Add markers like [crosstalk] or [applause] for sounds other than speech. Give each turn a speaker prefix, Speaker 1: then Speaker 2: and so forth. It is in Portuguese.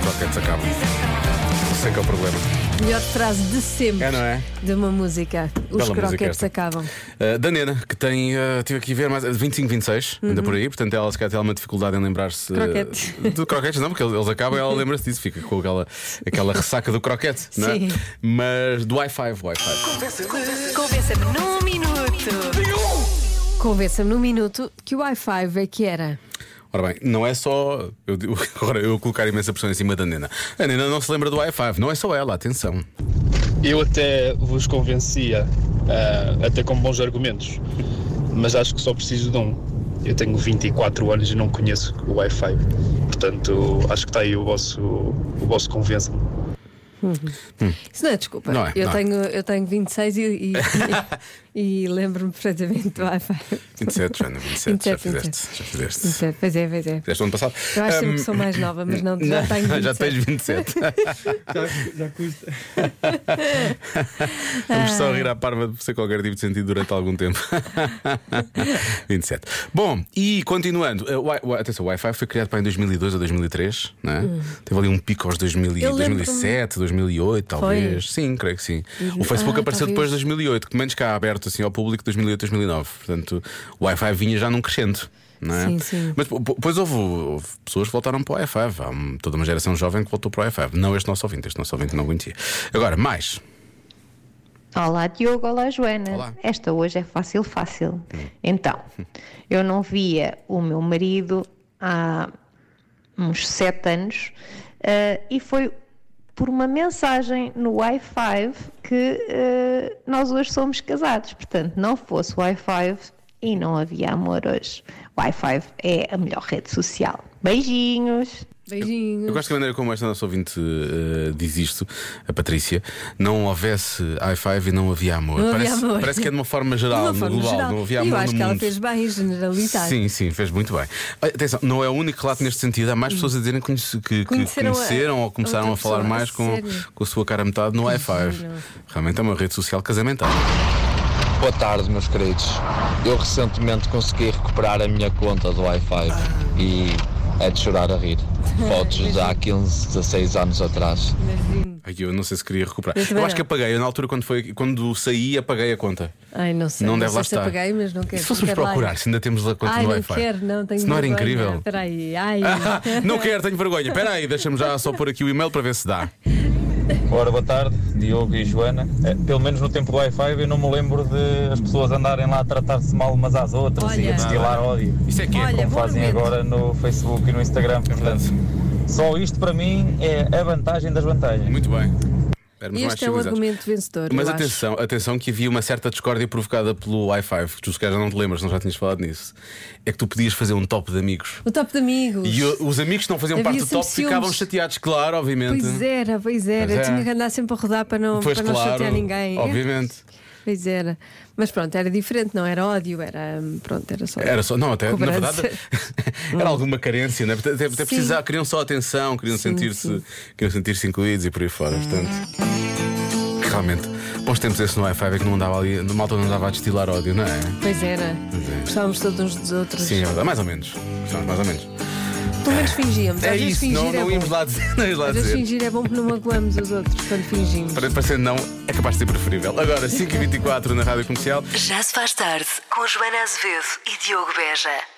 Speaker 1: croquetes acabam. Sei que é o problema.
Speaker 2: Melhor frase de sempre
Speaker 1: É, não é?
Speaker 2: de uma música. Os
Speaker 1: Bela música
Speaker 2: croquetes
Speaker 1: esta.
Speaker 2: acabam.
Speaker 1: Uh, da Nena, que tem, uh, tive aqui a ver mais 25, 26, ainda por aí, portanto ela se calhar tem alguma dificuldade em lembrar-se uh,
Speaker 2: Uhum. Croquetes.
Speaker 1: do croquetes, não, porque eles acabam e
Speaker 2: [laughs]
Speaker 1: ela lembra-se disso, fica com aquela, aquela ressaca do croquete, não é?
Speaker 2: Sim.
Speaker 1: Mas do Wi-Fi, Wi-Fi.
Speaker 3: Convença-me num minuto.
Speaker 2: Convença-me num minuto que o Wi-Fi é que era.
Speaker 1: Ora bem, não é só. Eu, digo- [laughs] agora eu colocar imensa pressão em cima da Nena. A Nena não se lembra do Wi-Fi, não é só ela, atenção.
Speaker 4: Eu até vos convencia, ah, até com bons argumentos, mas acho que só preciso de um. Eu tenho 24 anos e não conheço o Wi-Fi. Portanto, acho que está aí o vosso, o vosso convença-me.
Speaker 2: Isso não é desculpa.
Speaker 1: Não é,
Speaker 2: eu,
Speaker 1: não é.
Speaker 2: Tenho, eu tenho 26 e, e,
Speaker 1: [laughs]
Speaker 2: e, e lembro-me perfeitamente do Wi-Fi.
Speaker 1: 27, Joana, 27, já
Speaker 2: 27,
Speaker 1: fizeste. Já fizeste.
Speaker 2: Isso é, Pois é, pois é.
Speaker 1: Fizeste ano passado.
Speaker 2: Eu acho
Speaker 1: Ahm,
Speaker 2: sempre que sou mais nova, mas não, já
Speaker 1: não,
Speaker 2: tenho.
Speaker 1: Hum, [laughs] já
Speaker 2: 27.
Speaker 1: tens 27.
Speaker 5: Já custa.
Speaker 1: [laughs] Vamos só rir à parva de ser qualquer tipo de sentido durante algum tempo. [laughs] 27. Bom, e continuando, eh, wi- wi- atenção, o Wi-Fi foi criado para em 2002 ou 2003, não é? Teve ali um pico aos 2000, e-
Speaker 2: Hum. Eu lembro-me.
Speaker 1: 2007, 2008, talvez. Sim, creio que sim. O Facebook
Speaker 2: Ah,
Speaker 1: apareceu depois
Speaker 2: talvez.
Speaker 1: de 2008, que menos cá aberto assim ao público 2008, 2009. Portanto, o Wi-Fi vinha já num crescendo. Não é?
Speaker 2: Sim, sim.
Speaker 1: Mas po- po- depois houve, houve pessoas que voltaram para o i5. Há hum, toda uma geração jovem que voltou para o i5. Não este nosso ouvinte, este nosso ouvinte não conhecia. Agora, mais.
Speaker 6: Olá Diogo, olá Joana.
Speaker 1: Olá.
Speaker 6: Esta hoje é fácil, fácil. Então, eu não via o meu marido há uns sete anos eh, e foi por uma mensagem no Wi-Fi que eh, nós hoje somos casados. Portanto, não fosse o Wi-Fi e não havia amor hoje. Wi-Fi é a melhor rede social. Beijinhos!
Speaker 2: Beijinhos.
Speaker 1: Eu gosto da maneira como esta nossa ouvinte eh, diz isto, a Patrícia. Não houvesse i5 e não havia amor.
Speaker 2: Não havia
Speaker 1: parece,
Speaker 2: amor.
Speaker 1: parece que é de uma forma geral,
Speaker 2: [laughs] De
Speaker 1: no
Speaker 2: uma forma
Speaker 1: global.
Speaker 2: geral.
Speaker 1: Não havia
Speaker 2: E
Speaker 1: amor
Speaker 2: Eu acho
Speaker 1: no
Speaker 2: que ela
Speaker 1: mundo.
Speaker 2: fez bem, generalizar.
Speaker 1: Sim, sim, fez muito bem. Ah, Atenção, não é o único relato neste sentido. Há mais pessoas a dizerem que, conhece- que- que
Speaker 2: Conheceram
Speaker 1: conheceram,
Speaker 2: a-
Speaker 1: ou começaram
Speaker 2: outra
Speaker 1: a falar
Speaker 2: pessoa, a
Speaker 1: mais com,
Speaker 2: sério?
Speaker 1: com a sua cara a metade no i5. Realmente é uma rede social casamental.
Speaker 7: Boa tarde, meus queridos. Eu recentemente consegui recuperar a minha conta do Wi-Fi e é de chorar a rir. Fotos de há 15, 16 anos atrás.
Speaker 2: Imagino.
Speaker 1: Ai, eu não sei se queria recuperar.
Speaker 2: Eu
Speaker 1: Eu,
Speaker 2: também
Speaker 1: acho
Speaker 2: não.
Speaker 1: que apaguei. Eu, na altura, quando, foi, quando saí, apaguei a conta.
Speaker 2: Ai, não sei.
Speaker 1: Não
Speaker 2: não
Speaker 1: deve
Speaker 2: sei
Speaker 1: lá
Speaker 2: se
Speaker 1: estar.
Speaker 2: apaguei, mas não
Speaker 1: E
Speaker 2: quero.
Speaker 1: se fôssemos
Speaker 2: não quero lá ir.
Speaker 1: procurar, se ainda temos a conta no
Speaker 2: Ai, não
Speaker 1: Wi-Fi.
Speaker 2: quero, não tenho
Speaker 1: Se não era
Speaker 2: vergonha. [laughs]
Speaker 1: incrível.
Speaker 2: Espera aí, ai.
Speaker 1: [laughs] Ah, não quero, tenho vergonha. Espera aí, deixa-me já só pôr aqui o e-mail para ver se dá.
Speaker 8: Ora, boa tarde, Diogo e Joana. Eh, Pelo menos no tempo do Wi-Fi eu não me lembro de as pessoas andarem lá a tratar-se mal umas às outras e
Speaker 2: Olha.
Speaker 8: a destilar ódio,
Speaker 1: Isso é que é.
Speaker 2: Olha,
Speaker 8: como
Speaker 2: bom
Speaker 8: fazem
Speaker 2: momento.
Speaker 8: agora no Facebook e no Instagram. Portanto, só isto para mim é a vantagem das vantagens.
Speaker 1: Muito bem. Éramos mais
Speaker 2: Este é o
Speaker 1: civilizados.
Speaker 2: argumento vencedor.
Speaker 1: Mas
Speaker 2: eu acho.
Speaker 1: atenção, atenção que havia uma certa discórdia provocada pelo Wi-Fi, que tu se calhar já não te lembras, não já tinhas falado nisso. É que tu podias fazer um top de amigos.
Speaker 2: O top de amigos.
Speaker 1: E o- os amigos que não faziam
Speaker 2: Havia
Speaker 1: parte do
Speaker 2: sempre
Speaker 1: top ficavam
Speaker 2: ciúmes.
Speaker 1: chateados, claro, obviamente.
Speaker 2: Pois era, pois era.
Speaker 1: então, Pois é.
Speaker 2: Tinha que andar sempre a rodar para não,
Speaker 1: Pois
Speaker 2: para não
Speaker 1: claro,
Speaker 2: chatear ninguém. É,
Speaker 1: obviamente.
Speaker 2: Pois era. Mas pronto, era diferente, não era ódio, era. hum, Pronto, era só.
Speaker 1: Era só, não, até
Speaker 2: Cobrança.
Speaker 1: na verdade [laughs] era alguma carência, né? até, até
Speaker 2: Sim.
Speaker 1: precisar, queriam só atenção, queriam
Speaker 2: Sim,
Speaker 1: sentir-se
Speaker 2: sim.
Speaker 1: queriam sentir-se incluídos e por aí fora. Portanto, realmente, bons tempos esse no Wi-Fi é que não andava ali, no malta não andava a destilar ódio, não é?
Speaker 2: Pois era.
Speaker 1: é.
Speaker 2: Gostávamos todos uns dos outros.
Speaker 1: Sim, é verdade, mais ou menos. Estamos mais ou menos.
Speaker 2: Pelo menos fingíamos.
Speaker 1: É
Speaker 2: Às vezes
Speaker 1: isso,
Speaker 2: fingir
Speaker 1: não,
Speaker 2: é
Speaker 1: não
Speaker 2: bom.
Speaker 1: íamos lá dizer. [laughs] Não íamos lá
Speaker 2: Às vezes
Speaker 1: dizer.
Speaker 2: fingir é bom porque não magoamos os outros quando fingimos.
Speaker 1: Para, para ser não, é capaz de ser preferível. Agora, 5h24 na rádio comercial.
Speaker 3: Já se faz tarde com Joana Azevedo e Diogo Beja.